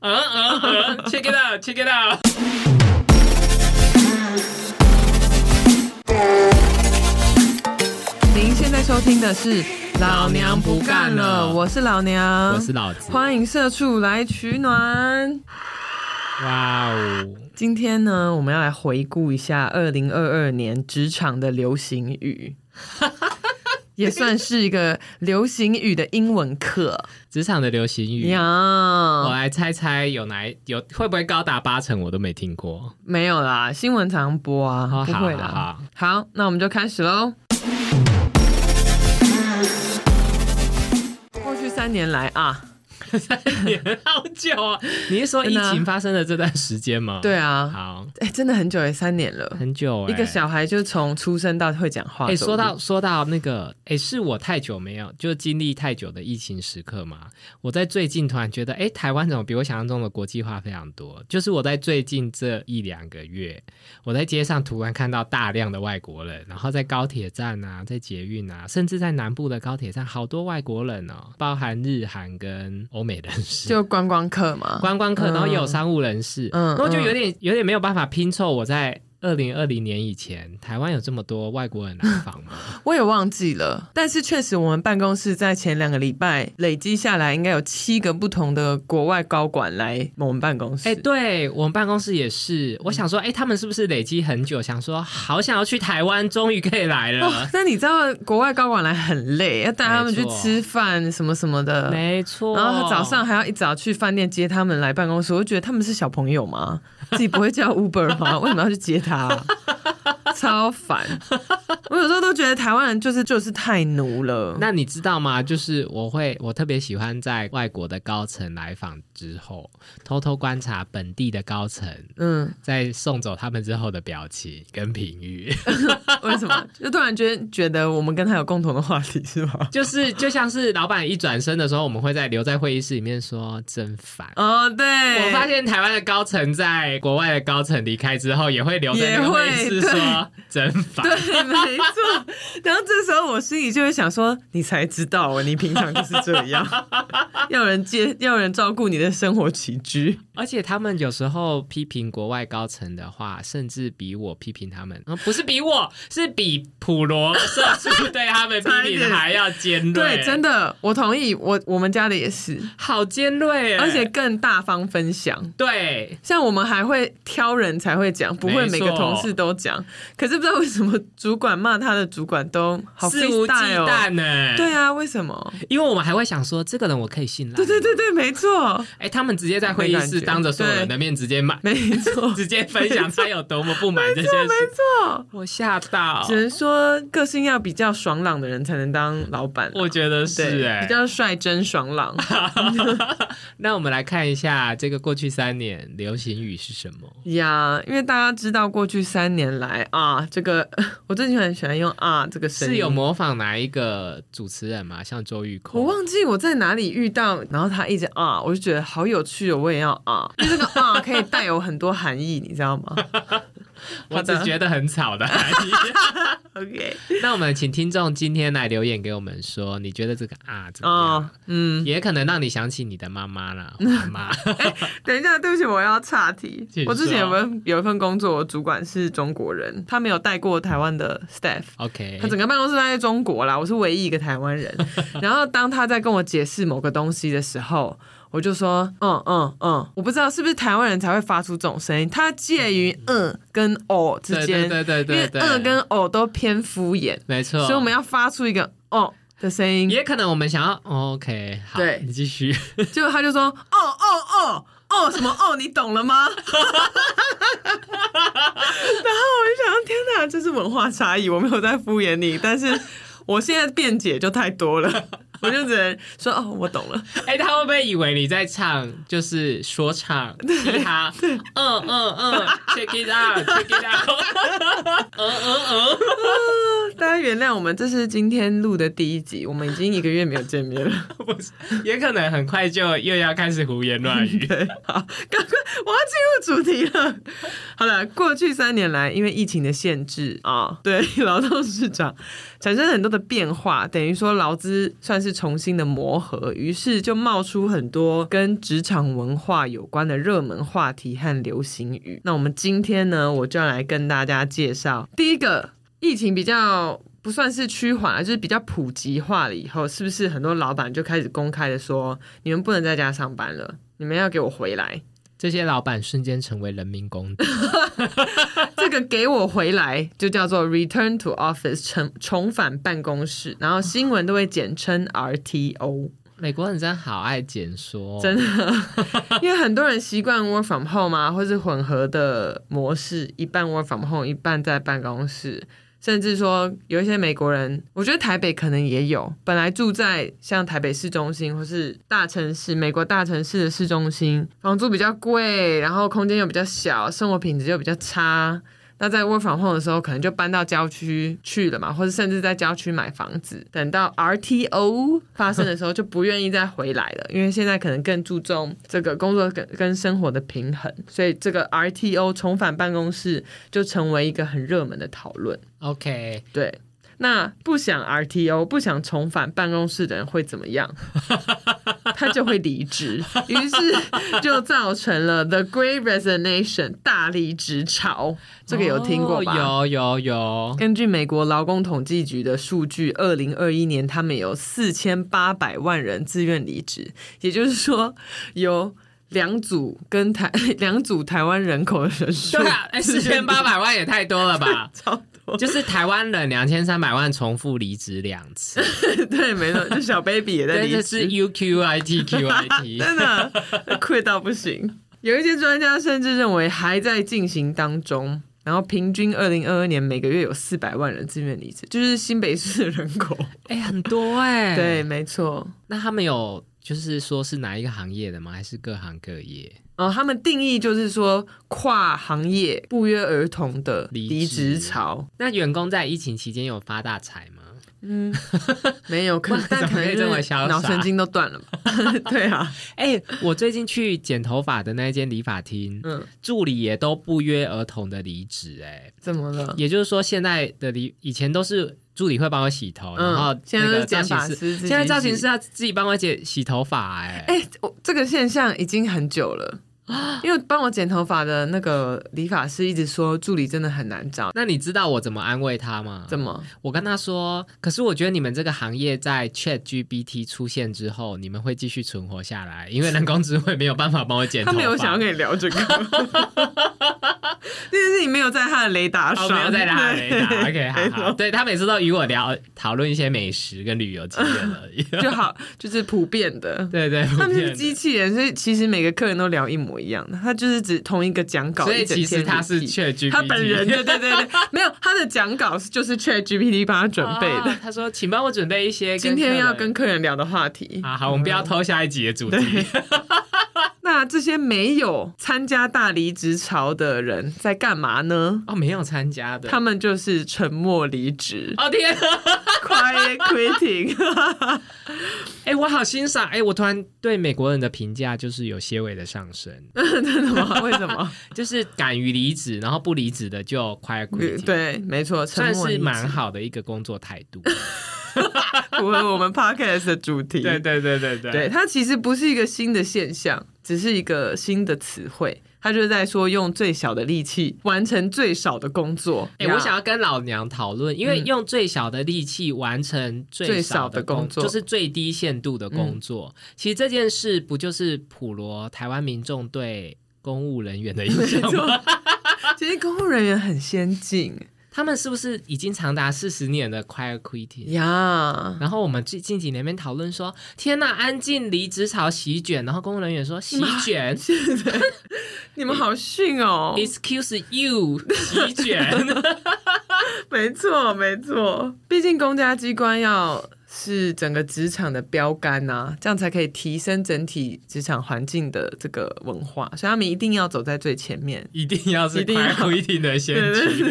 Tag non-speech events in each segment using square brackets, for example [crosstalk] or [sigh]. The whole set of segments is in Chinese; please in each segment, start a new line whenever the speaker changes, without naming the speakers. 嗯嗯嗯，check it out，check it out。
您现在收听的是《老娘不干了》，我是老娘，
我是老子。
欢迎社畜来取暖。
哇哦，
今天呢，我们要来回顾一下二零二二年职场的流行语，也算是一个流行语的英文课
职场的流行语，我
呀。
来猜猜有哪一有会不会高达八成我都没听过。
没有啦，新闻常播啊，
哦
不
好
会
好
啦
[laughs] 好。
好，那我们就开始喽。过去三年来啊，
好久啊！你是说疫
真的啊
情发生的这段时间吗？
对，啊，
好，
哎、真的很久哎，三年了。
很久、欸，
一个小孩就从出生哎到会讲话。
哎、
走
说
路
到说到那个，哎、是我太久没有，就经历太久的疫情时刻嘛。我在最近突然觉得，哎、台湾怎么比我想象中的国际化非常多？就是我在最近这一两个月，我在街上突然看到大量的外国人，然后在高铁站啊，在捷运啊，甚至在南部的高铁站，好多外国人哦，包含日韩跟欧美人士。
就观光客嘛，
观光客，然后也有商务人士，
嗯
然后就有点有点没有办法拼凑。我在二零二零年以前，台湾有这么多外国人来访吗？
我也忘记了。但是确实，我们办公室在前两个礼拜累积下来，应该有七个不同的国外高管来我们办公室。
哎、对我们办公室也是，我想说，哎、他们是不是累积很久，想说好想要去台湾，终于可以来
哦
了。，
那你知道国外高管来很累，要带他们去
没错
吃饭什么什么的，
没错，
然后他早上还要一早去饭店接他们来办公室，我就觉得他们是小朋
[laughs]
友吗？自己不会叫 Uber 吗？为什么要去接他、超烦！我有时候都觉得台湾人就是就是太奴了。
那你知道吗？就是我会，我特别喜欢在外国的高层来访之后，偷偷观察本地的高层
嗯，
在送走他们之后的表情跟评语。 [laughs]
为什么？就突然觉得觉得我们跟他有共同的话题是
[laughs]
吗？
就是就像是老板一转身的时候，我们会在留在会议室里面说真烦。
哦，对，
我发现台湾的高层在国外的高层离开之后，也会留在那个会议室
也会
说真烦。
对，没错。然后这时候我心里就会想说，你才知道啊，你平常就是这
[laughs]
样，要有人接，要有人照顾你的生活起居。
而且他们有时候批评国外高层的话，甚至比我批评他们，呃不是比我，是比普罗社畜对他们批
[laughs] 差一
评
点
还要尖锐。
对，真
的
的，我同意。我我们家的也是，
好尖锐耶，
而且更大方分享。
对
像我们还会挑人才会讲，不会
没
每
错
个同事都讲。可是不知道为什么，主管骂他的主管都好
肆无忌
freestyle 哦
惮呢。
对，啊，为什么？
因为我们还会想说，这个人我可以信赖。
对对对对，没
[laughs]
错，
哎、他们直接在会议
没感
室
觉
当着所有人的面直接骂，，
没错
直接分享他有多么不满这件
没
事，
错。
我吓到
[laughs] 只，能说个性要比较爽朗的人才能当老板啊、
我觉得是
对
哎、
比较率真爽朗。 [laughs]
那我们来看一下这个过去三年流行语是什么？
呀因为大家知道过去三年来啊，这个 [laughs] 我最近很喜欢用啊这个声音，
是有模仿哪一个主持人吗？像周玉蔻，
我忘记我在哪里遇到，然后他一直啊，我就觉得好有趣哦，我也要啊，因为这个啊可以带有很多含义，你知道吗
我只
好的
觉得很吵的含义。 [laughs]
？OK，
那我们请听众今天来留言给我们说，你觉得这个啊怎么样？
啊，嗯，
也可能让你想起你的妈妈 [laughs] 啦，妈妈。
等一下，对不起，我要岔题
请。说
我之前有份有一份工作，我主管是中国人，他没有带过台湾的 staff，
[laughs] OK，
他整个办公室都在中国啦，我是唯一一个台
[laughs]
湾人。然后当他在跟我解释某个东西的时候，我就说，嗯嗯嗯，我不知道是不是台湾人才会发出这种声音，它介于嗯跟哦之
对
间，
对对对
因为
对对，哦
嗯跟哦都偏敷衍，
没错，
所以我们要发出一个哦的声音。
也可能我们想要、哦 OK，好，
对
你继续。
结果他就说，哦哦哦哦什么哦，你懂
[laughs]
了吗？然后我就想，天哪，这是文化差异，我没有在敷衍你，
[laughs]
但是我现在辩解就太多了。我就只能说哦，我
[laughs]
懂了。
哎、他会不会以为你在唱就是说唱嘻哈？嗯嗯嗯，check it out，check it [laughs] out。
大家原谅我们，这是今天录的第一集，我们已经一个月没有见面了。
不是，也可能很快就又要开始胡言乱语。
对，好，赶快，我要进入主题了。好了，过去三年来，因为疫情的限制啊、对劳动市场产生很多的变化，等于说劳资算是重新的磨合，于是就冒出很多跟职场文化有关的热门话题和流行语。那我们今天呢，我就要来跟大家介绍第一个疫情比较。不算是趋缓，啊就是比较普及化了。以后是不是很多老板就开始公开的说，你们不能在家上班了，你们要给我回来，
[laughs] 这些老板瞬间成为人民公敌。
这个给我回来就叫做 return to office，重重返办公室，然后新闻都会简称 RTO，
美国人真好爱简 [laughs] 说哦，
真因为很多人习惯 work from home 啊，或是混合的模式，一半 work from home，一半在办公室。甚至说，有一些美国人，我觉得台北可能也有，本来住在像台北市中心或是大城市，美国大城市的市中心，房租比较贵，然后空间又比较小，生活品质又比较差，那在 work from home 的时候，可能就搬到郊区去了嘛，或者甚至在郊区买房子。等到 RTO 发生的时候，就不愿意再回来了，因为现在可能更注重这个工作跟跟生活的平衡，所以这个 RTO 重返办公室就成为一个很热门的讨论。
OK，
对，那不想 RTO、不想重返办公室的人会怎么
[laughs]
样？他就会离职，于是就造成了 The Great Resignation 大离职潮。这个有听过吧？
哦有有有，
根据美国劳工统计局的数据，二零二一年他们有四千八百万人自愿离职，也就是说有。两组跟台 [laughs] 两组台湾人口的人数，？
对 [laughs] 啊，哎，四千八百万也太多了 [laughs] 吧
超多，
就是台湾人两千三百万重复离职两次，
对，没错，就小 baby 也在
对，
离
这
职
是 UQITQIT，
真的快到不行。有一些专家甚至认为还在进行当中。然后平均二零二二年每个月有四百万人自愿离职，就是新北市的人口。
[laughs] 哎，很多 [laughs] 哎。
对，，没错。
那他们有就是说是哪一个行业的吗？还是各行各业？
哦，他们定义就是说跨行业不约而同的
离
离职
职
潮，
那员工在疫情期间有发大财吗？
嗯没有，可
[laughs]
但
怎么
可
可以
能
这么
就是
潇洒
脑神经都断了吧？ [laughs] 对啊，
哎、我最近去剪头发的那一间理发厅，
嗯，
助理也都不约而同的离职、哎，
怎么了？
也就是说，现在的离以前都是助理会帮我洗头， [laughs] 然后
嗯，现在
那
都
个
是
造
剪
型
发
师，
师，
现在造型师，要自己帮我剪洗头发、哎、
哎、我这个现象已经很久了。因为帮我剪头发的那个理发师一直说助理真的很难找，
那你知道我怎么安慰他吗？
怎么？
我跟他说，可是我觉得你们这个行业在 Chat GPT 出现之后，你们会继续存活下来，因为人工智慧没有办法帮我剪头
[laughs] 他
发。
没有想要跟你聊这个， [laughs] 这件事情没有在他的雷达上，
哦，没有在拉雷
[laughs]
达。
对
OK，好好，对他每次都与我聊讨论一些美食跟旅游经验
[laughs]
而已。
就好，就是普遍的。
对对，
他们
不
是
骗
机
人
器人，所以其实每个客人都聊一模一样的，他就是只同一个讲稿，
所以
一整
其实
天
他是
笔记
Chat GPT，
他
[laughs]
本人，对对对对，没有他的讲稿是就是 Chat GPT 帮他准备的。
哦他说：“请帮我准备一些
今天要
跟
跟客人聊的话题
啊，好，我们不要偷下一集的主题。
那这些没有参加大离职潮的人在干嘛呢？
[laughs] 哦，没有参加的
他。们就是沉默离
[laughs]
职
哦天啊，
（quiet
[laughs]
quitting）。
哎、我好欣赏，哎、我突然对美国人的评价就是有些微的上升，
真的吗？为什么？
就是敢于离职，然后不离职的就快 quit，，
对，没错，沉
算
默
是
离职
蛮好的一个工作态度。
符合我们 podcast 的主题。
对对对对对
对，它其实不是一个新的现象，只是一个新的词汇。它就是在说用最小的力气完成最少的工作。
哎、我想要跟老娘讨论，因为用最小的力气完成最少的
最少的工作
就是最低限度的工作。其实这件事不就是普罗台湾民众对公务人员的印象吗？
其实公务人员很先进
[laughs] 他们是不是已经长达四十年的 quiet quitting？
嗯呀。
然后我们最近几年面讨论说，天呐，安静离职潮席卷，然后公务人员说席卷
[laughs] 你们好逊哦！
，excuse you，席 [laughs] 卷，
没错，没错，毕竟公家机关要是整个职场的标杆呐、这样才可以提升整体职场环境的这个文化，所以他们一定要走在最前面。
一定要是
一定要
quiet quitting 的先
对对
驱，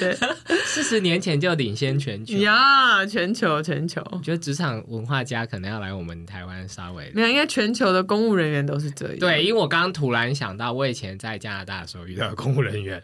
对
四十年前就领先全球
对，。呀，全球全球，
我觉得职场文化家可能要来我们台湾稍微。
没有，应该全球的公务人员都是这样。
对，因为我刚刚突然想到，我以前在加拿大的时候遇到的公务人员，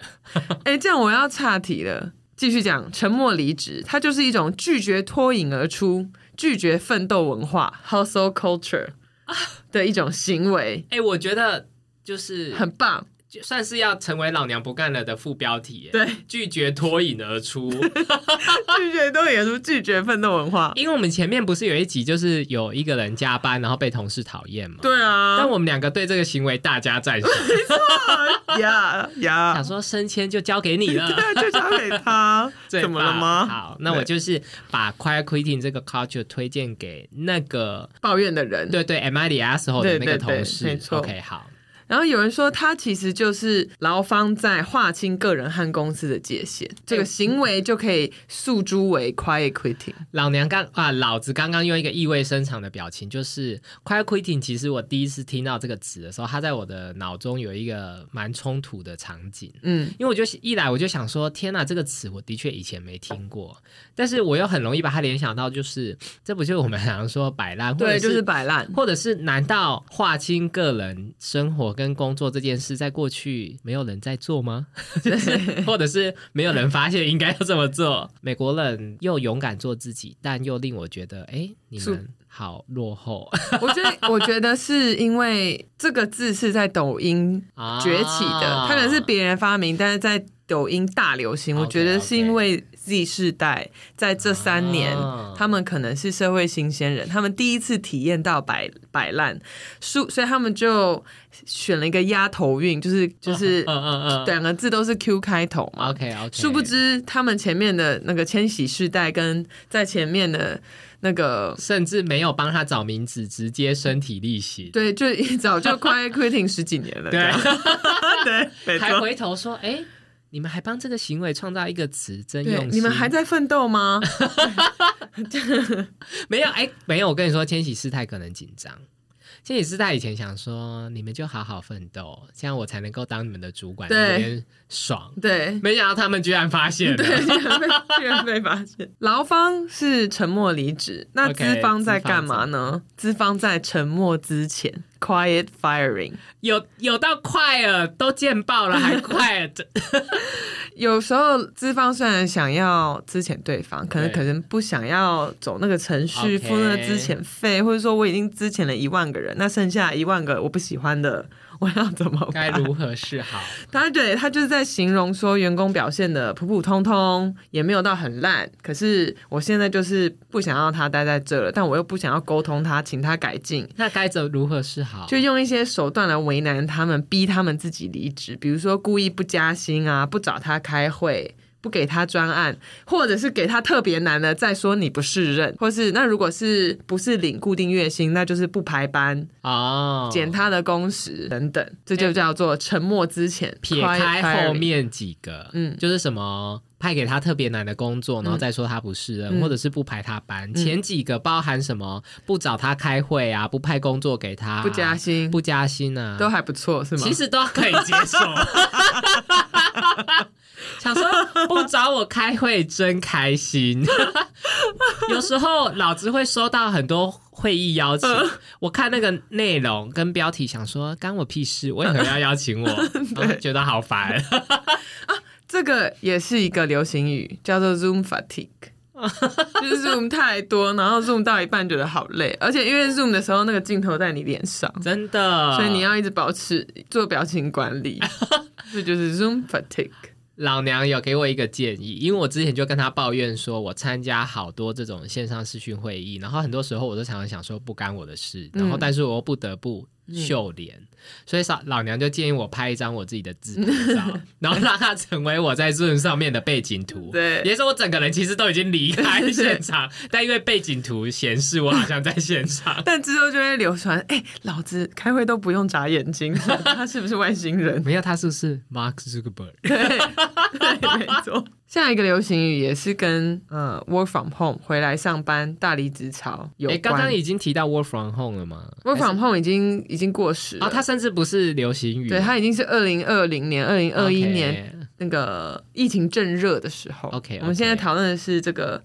哎，这样我要岔题了，继续讲沉默离职，它就是一种拒绝脱颖而出，拒绝奋斗文化 （hustle culture）
啊
的一种行为，
哎、我觉得就是
很棒。
就算是要成为老娘不干了的副标题耶，
对，
拒绝脱颖而出。
拒绝都也是拒绝奋斗文化。
[laughs] 因为我们前面不是有一集就是有一个人加班，然后被同事讨厌嘛。
对啊
但，我们两个对这个行为大加 [laughs] 赞赏， [laughs]
呀呀
想，说升迁就交给你了。
对，就交给他。
[laughs] 最
怎么了
棒
吗？
好，那
对
我就是把 Quiet Quitting 这个 culture 推荐给那个
抱怨的人。
对对 m i l i a s 的那
对对
个
对
同事。
没错
OK，好，
然后有人说，他其实就是劳方在划清个人和公司的界限，这个行为就可以诉诸为 quiet quitting。
老娘刚啊，老子刚刚用一个意味深长的表情，就是 Quiet Quitting。其实我第一次听到这个词的时候，它在我的脑中有一个蛮冲突的场景。
嗯，
因为我就一来我就想说，天哪，这个词我的确以前没听过，但是我又很容易把它联想到，就是这不就是我们常说摆烂，或者
对，就是摆烂。
或者是难道划清个人生活跟工作这件事，在过去没有人在做
[laughs]
吗？ [laughs] 就是或者是没有人发现应该要这么做？美国人又勇敢做自己，但又令我觉得，哎，你
是
们好落
[laughs]
后
我觉得，我觉得是因为这个字是在抖音
啊
崛起的，它可能是别人发明，但是在抖音大流行。我
OK，
觉得是因为 Z 世代在这三年
啊，
他们可能是社会新鲜人，他们第一次体验到摆摆烂，所所以他们就选了一个押头韵，就是
[laughs]
就是
嗯嗯嗯
两个字都是 Q 开头 [laughs] 嘛。
，OK OK，
殊不知他们前面的那个千禧世代跟在前面的那个
甚至没有帮他找名字，直接身体力行。
对，就一早就快 [laughs] quitting 十几年了，这
对
样对，
[laughs]
没
还
错。
回头说：“哎、你们还帮这个行为创造一个词，真用
对，
心。
你们还在奋斗吗？
没有？哎、没有。我跟你说，千禧世代可能紧张。千禧世代以前想说，你们就好好奋斗，这样我才能够当你们的主管，有
对
点爽。
对， [laughs]
没想到他们居然发现了。
对，居然被居然被发现。劳方是沉默离职，那
OK，
资方在干嘛呢？资方在沉默之前，quiet firing。
有有到快了，都见报了，还快了。这
有时候资方虽然想要资遣对方，可能
对
可能不想要走那个程序
OK
付那个资遣费，或者说我已经资遣了一万个人，那剩下一万个我不喜欢的，我要怎么
该
办？
如何是好？
他对他就是在形容说员工表现的普普通通，也没有到很烂。可是我现在就是不想让他待在这了，但我又不想要沟通他，请他改进，
[laughs] 那该怎如何是好？
就用一些手段来为难他们，逼他们自己离职，比如说故意不加薪啊，不找他开会。不给他专案，或者是给他特别难的，再说你不适任，或是那如果是不是领固定月薪，那就是不排班，
哦，
减他的工时等等，这就叫做沉默之前，
撇
quiet
开
firing
后面几个，
嗯
嗯，就是什么派给他特别难的工作，然后再说他不是任，
嗯
或者是不排他班。前几个包含什么？不找他开会啊，不派工作给他啊、
不加薪，
不加薪啊，
都还不错，是吗？
其实都可以接受。 [laughs] 想说不找我开会真开 [laughs] 心，有时候老子会收到很多会议邀请，我看那个内容跟标题，想说干我屁事，为何要邀请 [laughs] 我？然后觉得好 [laughs] 烦。
这个也是一个流行语，叫做 Zoom
[laughs]
fatigue。就是 Zoom 太多，然后 Zoom 到一半觉得好累，而且因为 Zoom 的时候那个镜头在你脸上，
真的，
所以你要一直保持做表情
[laughs]
管理，这就是 Zoom fatigue。
老娘有给我一个建议，因为我之前就跟他抱怨说，我参加好多这种线上视讯会议，然后很多时候我都常常想说不干我的事，然后但是我又不得不秀脸，所以老老娘就建议我拍一张我自己的自拍 [laughs] 照，然后让它成为我在 Zoom 上面的背景图。
对。
也就是说我整个人其实都已经离开现 [laughs] 场，但因为背景图显示我好像在现场
但之后就会流传，哎、老子开会都不用眨眼睛， [laughs] 他是不是外星人？
[laughs]
[laughs]
没有，他是不是 Mark Zuckerberg？
对，没错。下一个流行语也是跟呃 work from home 回来上班大离职潮有
哎、
关。
刚刚已经提到 Work from Home 了吗
work from home 已经已经过时了，
哦，它甚至不是流行语，
对，它已经是二零二零年、二零二一
OK
年那个疫情正热的时候。
OK，OK
我们现在讨论的是这个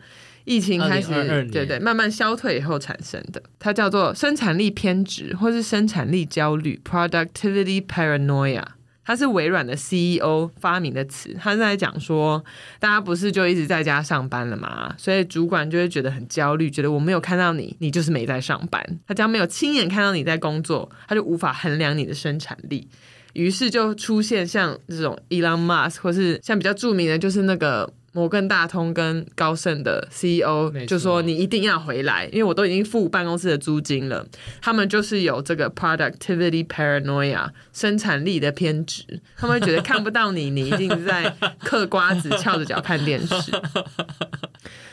疫情开始，
2022年
对对，慢慢消退以后产生的，它叫做生产力偏执或是生产力焦虑 （productivity paranoia）。它是微软的 CEO 发明的词，他是在讲说，大家不是就一直在家上班了嘛，所以主管就会觉得很焦虑，觉得我没有看到你，你就是没在上班。他只要没有亲眼看到你在工作，他就无法衡量你的生产力。于是就出现像这种 Elon Musk 或是像比较著名的，就是那个摩根大通跟高盛的 CEO，
没错
就说你一定要回来，因为我都已经付办公室的租金了。他们就是有这个 productivity paranoia 生产力的偏执，他们会觉得看不到你，你一定是在嗑瓜子、翘着脚看电
[laughs]
视。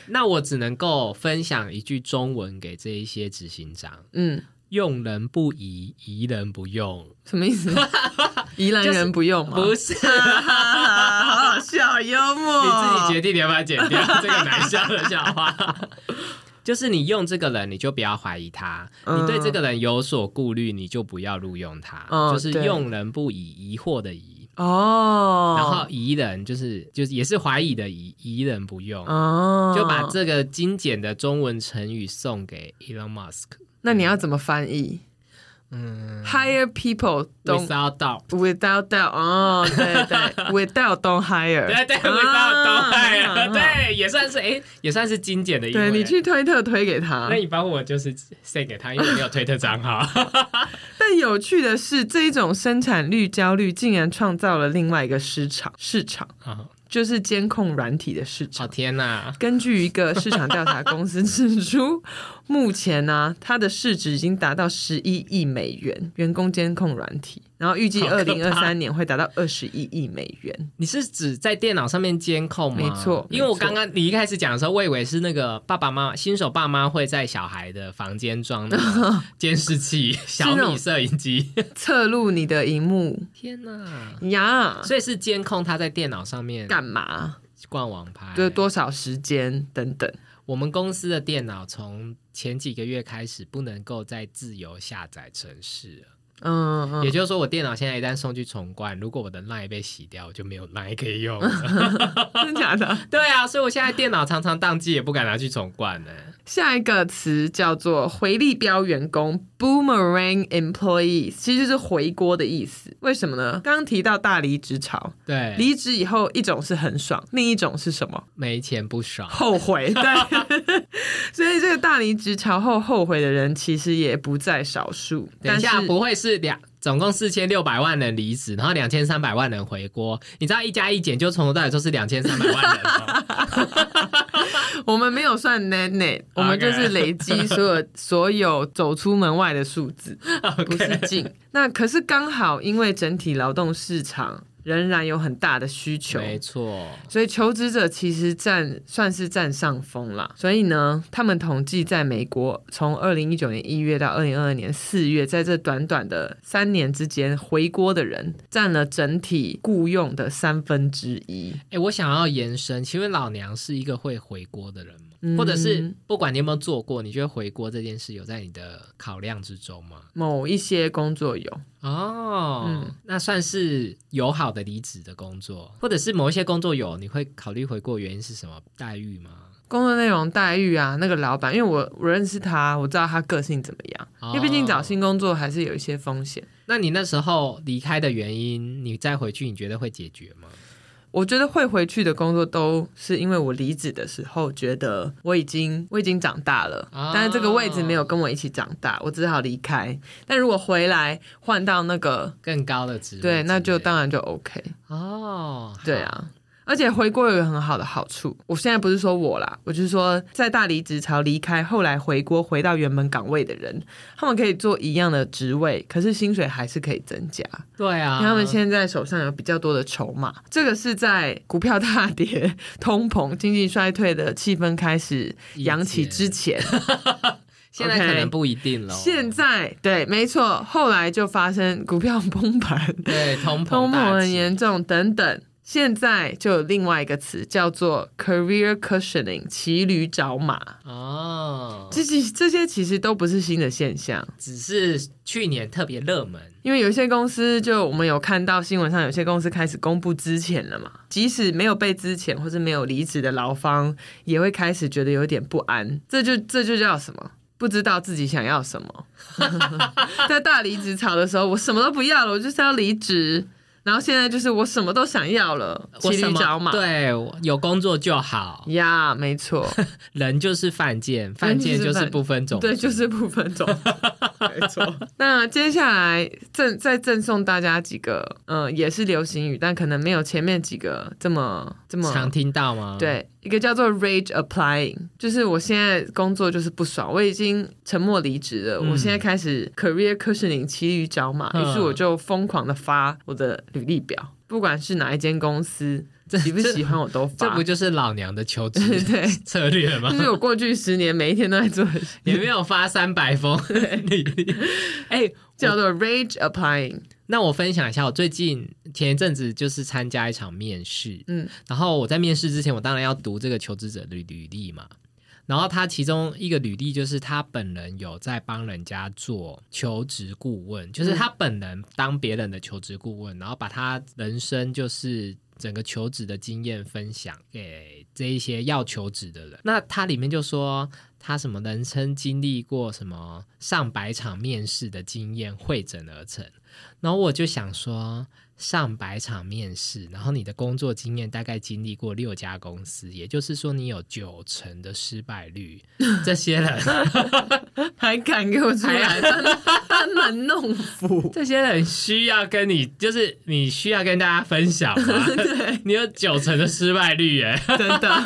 那我只能够分享一句中文给这一些执行长：
嗯，
用人不疑，疑人不用。
什么意思？ [laughs] 宜兰人不用吗？ [laughs]
不是，
好好笑，幽默。
你自己决定你要不要剪掉这个难笑的笑
[laughs]
话。就是你用这个人，你就不要怀疑他；
嗯
你对这个人有所顾虑，你就不要录用他。
嗯
就是
对
用人不疑，疑惑的疑，
哦，
然后疑人就是就是也是怀疑的疑，疑人不用。
哦，
就把这个精简的中文成语送给 Elon Musk。
那你要怎么翻译
嗯
？Hire people don't
，without doubt。
without doubt 哦，对
[laughs]
对，without don't hire，
对对，我把
啊
我懂了，，对，也算是哎，也算是精简的英
对
文。
你去推特推给他
那。你帮我就是 send 给他，因为我没有推特账号。
但有趣的是，这一种生产率焦虑竟然创造了另外一个市场，市场就是监控软体的市场
哦。天哪，
根据一个市场调查公司 [laughs] 指出，目前呢、它的市值已经达到十一亿美元，员工监控软体，然后预计
好可
二
怕
零二三年会达到二十一亿美元。
你是指在电脑上面监控吗？
没错
因为我
没错
刚刚你一开始讲的时候，我以为是那个爸爸妈妈新手爸妈会在小孩的房间装那
[laughs]
个监视器、小米
那种
摄影机。
侧录你的荧幕
天哪！
呀，
所以是监控他在电脑上面
干嘛？
逛网拍，
就是多少时间等等。
我们公司的电脑从前几个月开始不能够再自由下载程式了，
嗯嗯，
也就是说，我电脑现在一旦送去重灌，如果我的 line 被洗掉，我就没有 line 可以
[laughs]
用了。
真假的？
对啊，所以我现在电脑常常宕机，也不敢拿去重灌呢、
下一个词叫做回力标员工 （boomerang employee），其实就是回锅的意思。为什么呢？刚刚提到大离职潮，
对，
离职以后，一种是很爽，另一种是什么？
没钱不爽。
后悔。对， [laughs] 所以这个大离职潮后后悔的人其实也不在少数。
等一下，
但是
不会是两总共四千六百万人离职，然后两千三百万人回国？你知道一加一减就从头到尾都是两千三百万人哦吗？
[laughs] 我们没有算 net net，我们就是累积所有所有走出门外的数字，不是进。那可是刚好因为整体劳动市场仍然有很大的需 [laughs] 求，
没错，
所以求职者其实占算是占上风啦。所以呢，他们统计在美国从二零一九年一月到二零二二年四月，在这短短的三年之间，回国的人占了整体雇佣的三分之一。
哎、我想要延伸，请问老娘是一个会回锅的人吗？或者
嗯
是不管你有没有做过，你觉得回锅这件事有在你的考量之中吗？
某一些工作有，
哦，
嗯
那算是友好的离职的工作，或者是某一些工作有，你会考虑回锅，原因是什么？待遇吗？
工作内容待遇啊，那个老板，因为我我认识他，我知道他个性怎么样，因为毕竟找新工作还是有一些风险。
哦那你那时候离开的原因，你再回去，你觉得会解决吗？
我觉得会回去的工作都是因为我离职的时候觉得我已经我已经长大了，
啊
但是这个位置没有跟我一起长大，我只好离开。但如果回来换到那个
更高的职位之类的，
对，那就当然就 OK。
哦，
对啊，而且回国有一个很好的好处，我现在不是说我啦，我就是说在大离职潮离开，后来回国回到原本岗位的人，他们可以做一样的职位，可是薪水还是可以增加。
好，对啊，
因为他们现在手上有比较多的筹码，这个是在股票大跌、通膨、经济衰退的气氛开始
以
扬起
前
之前。
[laughs] 现在可
OK
能不一定了，
现在对，没错，后来就发生股票崩盘、
对通膨
通膨
大
很
起
严重等等。现在就有另外一个词叫做 career cushioning，骑驴找马。
哦，
这些这些其实都不是新的现象，
只是去年特别热门，
因为有些公司就我们有看到新闻上，有些公司开始公布资遣了嘛，即使没有被资遣或是没有离职的劳方，也会开始觉得有点不安。这就这就叫什么？不知道自己想要 [laughs] 什么。在大离职潮的时候，我什么都不要了，我就是要离职。然后现在就是我什么都想要了，骑
我什
驴
么
找马。
对，我有工作就好。
呀没错，
人就是犯贱，犯贱就是不分种族。
对，就是不分
[laughs]
种族，没错。那接下来赠再赠送大家几个，嗯、也是流行语，但可能没有前面几个这么这么
常听到吗？，
对，一个叫做 rage applying，就是我现在工作就是不爽，我已经沉默离职了，
嗯
我现在开始 career cushioning 骑驴找马，
嗯
于是我就疯狂的发我的履历表，不管是哪一间公司，
[laughs]
喜不喜欢我都
这
发
不。就是老娘的求职
[laughs] 对，
策略吗
[laughs] 就？是我过去十年每一天都在做
[laughs]
的事，
也没有发三百封履历。
[laughs]
哎、
叫做 rage applying。
那我分享一下，我最近前一阵子就是参加一场面试，
嗯
然后我在面试之前，我当然要读这个求职者的履历嘛。然后他其中一个履历就是他本人有在帮人家做求职顾问，就是他本人当别人的求职顾问，然后把他人生就是整个求职的经验分享给这一些要求职的人。那他里面就说他什么人生经历过什么上百场面试的经验汇整而成，然后我就想说。上百场面试，然后你的工作经验大概经历过六家公司，也就是说你有九成的失败率。这些人，。
还敢给我出来， [laughs] 班班门弄斧
这些人需要跟你，就是你需要跟大家分享吗？你有九成的失败率耶！
真的，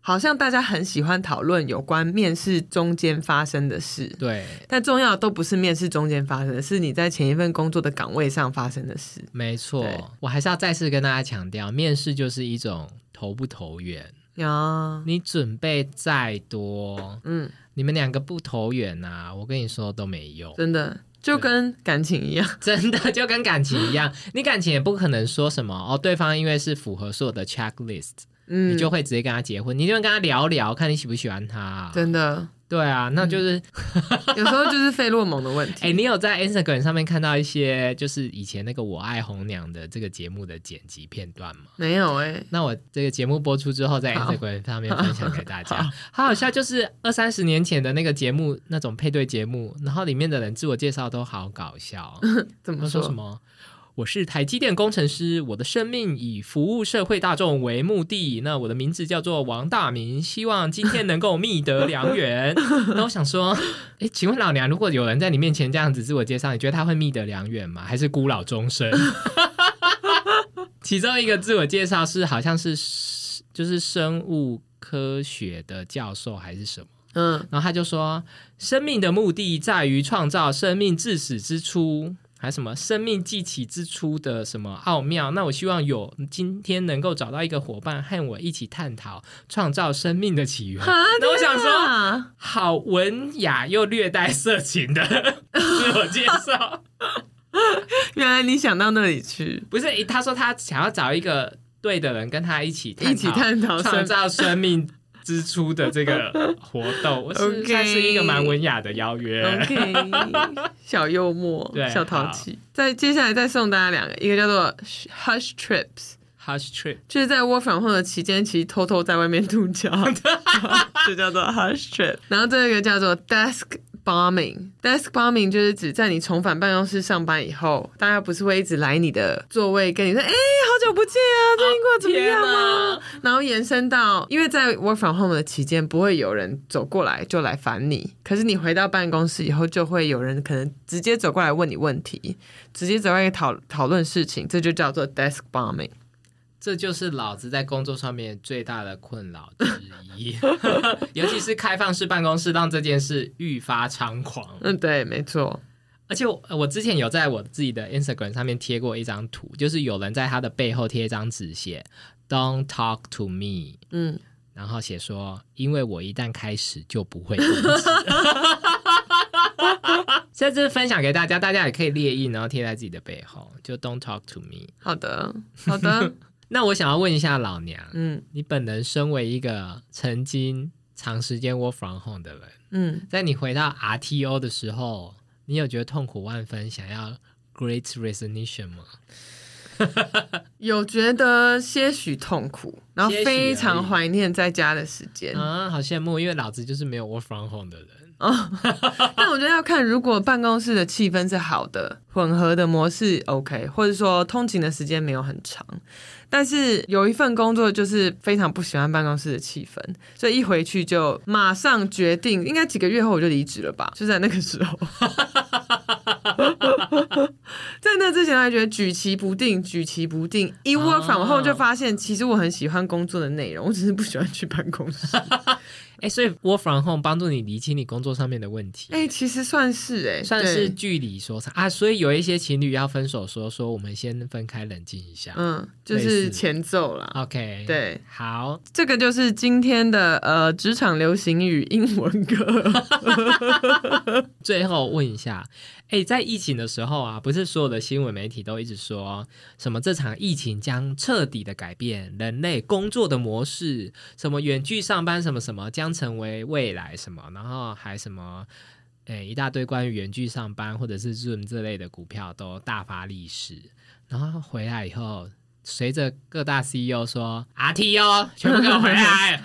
好像大家很喜欢讨论有关面试中间发生的事，
对，
但重要的都不是面试中间发生的，是你在前一份工作的岗位上发生的事。
没
对
错，我还是要再次跟大家强调，面试就是一种投不投缘，
呀，
你准备再多，
嗯，
你们两个不投缘啊，我跟你说都没用。
真的就跟感情一样，
真的就跟感情一样，你感情也不可能说什么哦，对方因为是符合所有的 checklist，、
嗯，
你就会直接跟他结婚，你就跟他聊聊，看你喜不喜欢他、
真的
对啊，那就是
有时候就是费洛蒙的问 [laughs]
哎、
题。
你有在 Instagram 上面看到一些就是以前那个《我爱红娘》的这个节目的剪辑片段吗？
没有哎、
那我这个节目播出之后，在
好
Instagram 上面分享给大家。好好笑，就是二三十年前的那个节目，那种配对节目，然后里面的人自我介绍都好搞笑哦。
怎
他
么
说什么？我是台积电工程师，我的生命以服务社会大众为目的。那我的名字叫做王大明，希望今天能够觅得良缘。 [laughs] 那我想说，诶，请问老娘，如果有人在你面前这样子自我介绍，你觉得他会觅得良缘吗？还是孤老终生？ [laughs] 其中一个自我介绍是好像是就是生物科学的教授还是什么。
[laughs] 嗯，
然后他就说，生命的目的在于创造生命至始之初，还什么生命记起之初的什么奥妙。那我希望有今天能够找到一个伙伴和我一起探讨创造生命的起源。那我想说，
说，
好文雅又略带色情的 [laughs] 自我介绍，
原来你想到那里去，
不是？他说他想要找一个对的人跟他一起
一起探讨
创
生
造生命。之初的这个活动，我是
[laughs] OK
算是一个蛮文雅的邀约。 [laughs]
OK，小幽默
对，
小淘气。再接下来再送大家两个，一个叫做 Hush Trips，
Hush trip，
就是在 work from home 的期间，其实偷偷在外面度 [laughs] 假，就叫做 Hush Trip。然后这个叫做 Desk。Bombing，desk bombing 就是指在你重返办公室上班以后，大家不是会一直来你的座位跟你说，哎、好久不见啊，最近过得怎么样
哦
啊？然后延伸到，因为在 work from home 的期间，不会有人走过来就来烦你，可是你回到办公室以后，就会有人可能直接走过来问你问题，直接走过来讨讨论事情，这就叫做 desk bombing。
这就是老子在工作上面最大的困扰之一， [laughs] 尤其是开放式办公室，让这件事愈发猖狂。
嗯，对，没错，
而且我我之前有在我自己的 Instagram 上面贴过一张图，就是有人在他的背后贴一张纸写 “Don't talk to me”，
嗯，
然后写说，因为我一旦开始就不会 [laughs] 停止。这这是分享给大家，大家也可以列印，然后贴在自己的背后，就 “Don't talk to me”。
好的，好
[laughs]
的，
那我想要问一下老娘，
嗯
你本人身为一个曾经长时间 work from home 的人，
嗯，
在你回到 RTO 的时候，你有觉得痛苦万分，想要 great resignation 吗？
有觉得些许痛苦，然后
些许而已嗯
非常怀念在家的时间。嗯
啊，好羡慕，因为老子就是没有 work from home 的人。
[laughs] 但我觉得要看，如果办公室的气氛是好的，混合的模式 OK，或者说通勤的时间没有很长。但是有一份工作就是非常不喜欢办公室的气氛，所以一回去就马上决定，应该几个月后我就离职了吧？就在那个时候， [laughs] 在那之前还觉得举棋不定，举棋不定。一
啊
work from home 就发现，其实我很喜欢工作的内容，我只是不喜欢去办公室。 [laughs]
哎、所以 work from home 帮助你理清你工作上面的问题。
哎、其实算是哎、
算是
对
距离说差啊，所以有一些情侣要分手说，说我们先分开冷静一下。
嗯，就
类
是
似嗯
前奏啦。
OK，，
对，
好，
这个就是今天的呃职场流行语英文歌。
最后问一下，哎，在疫情的时候啊，不是所有的新闻媒体都一直说什么这场疫情将彻底的改变人类工作的模式，什么远距上班什么什么将成为未来什么，然后还什么。诶，一大堆关于远距上班或者是 Zoom 这类的股票都大发利市，然后回来以后，随着各大 CEO 说哦 RTO 全部给我回来，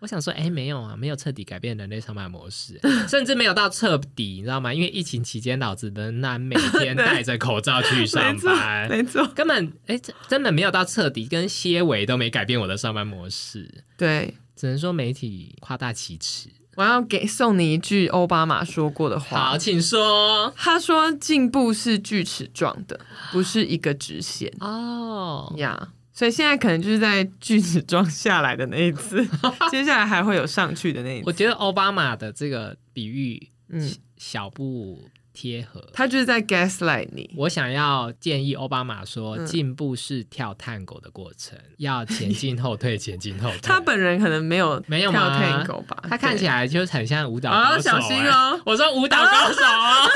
我想说，哎，没有啊，没有彻底改变人类上班模式，甚至没有到彻底，你知道吗？因为疫情期间，老子仍然每天戴着口罩去 [laughs] 上
没错
班，
没错，
根本哎，这真的没有到彻底，跟些微都没改变我的上班模式，
对，
只能说媒体夸大其词。
我要给送你一句奥巴马说过的话
好，。请说
他说：“进步是锯齿状的，不是一个直线
哦。
呀。所以现在可能就是在锯齿状下来的那
[laughs]
一次，接下来还会有上去的那一
我
次。
觉得奥巴马的这个比喻
嗯，
小不贴合。
他就是在 gaslight 你。
我想要建议奥巴马说，
嗯
进步是跳探狗的过程，要前进后退，前进 [laughs] 后退。
他本人可能没有
没有
跳
吗
tango 吧？
他看起
来
来就是很像舞蹈
啊
高手、
小心哦
哎我说舞蹈高手 [laughs] 哦，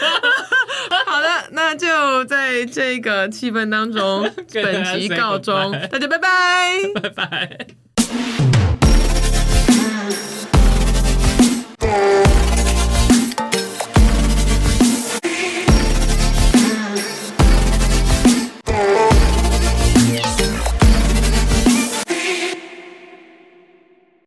[laughs] 好的，那就在这个气氛当中，
[laughs] 跟大
本
家
集
say
告终
goodbye，
大家拜
拜
拜。
拜。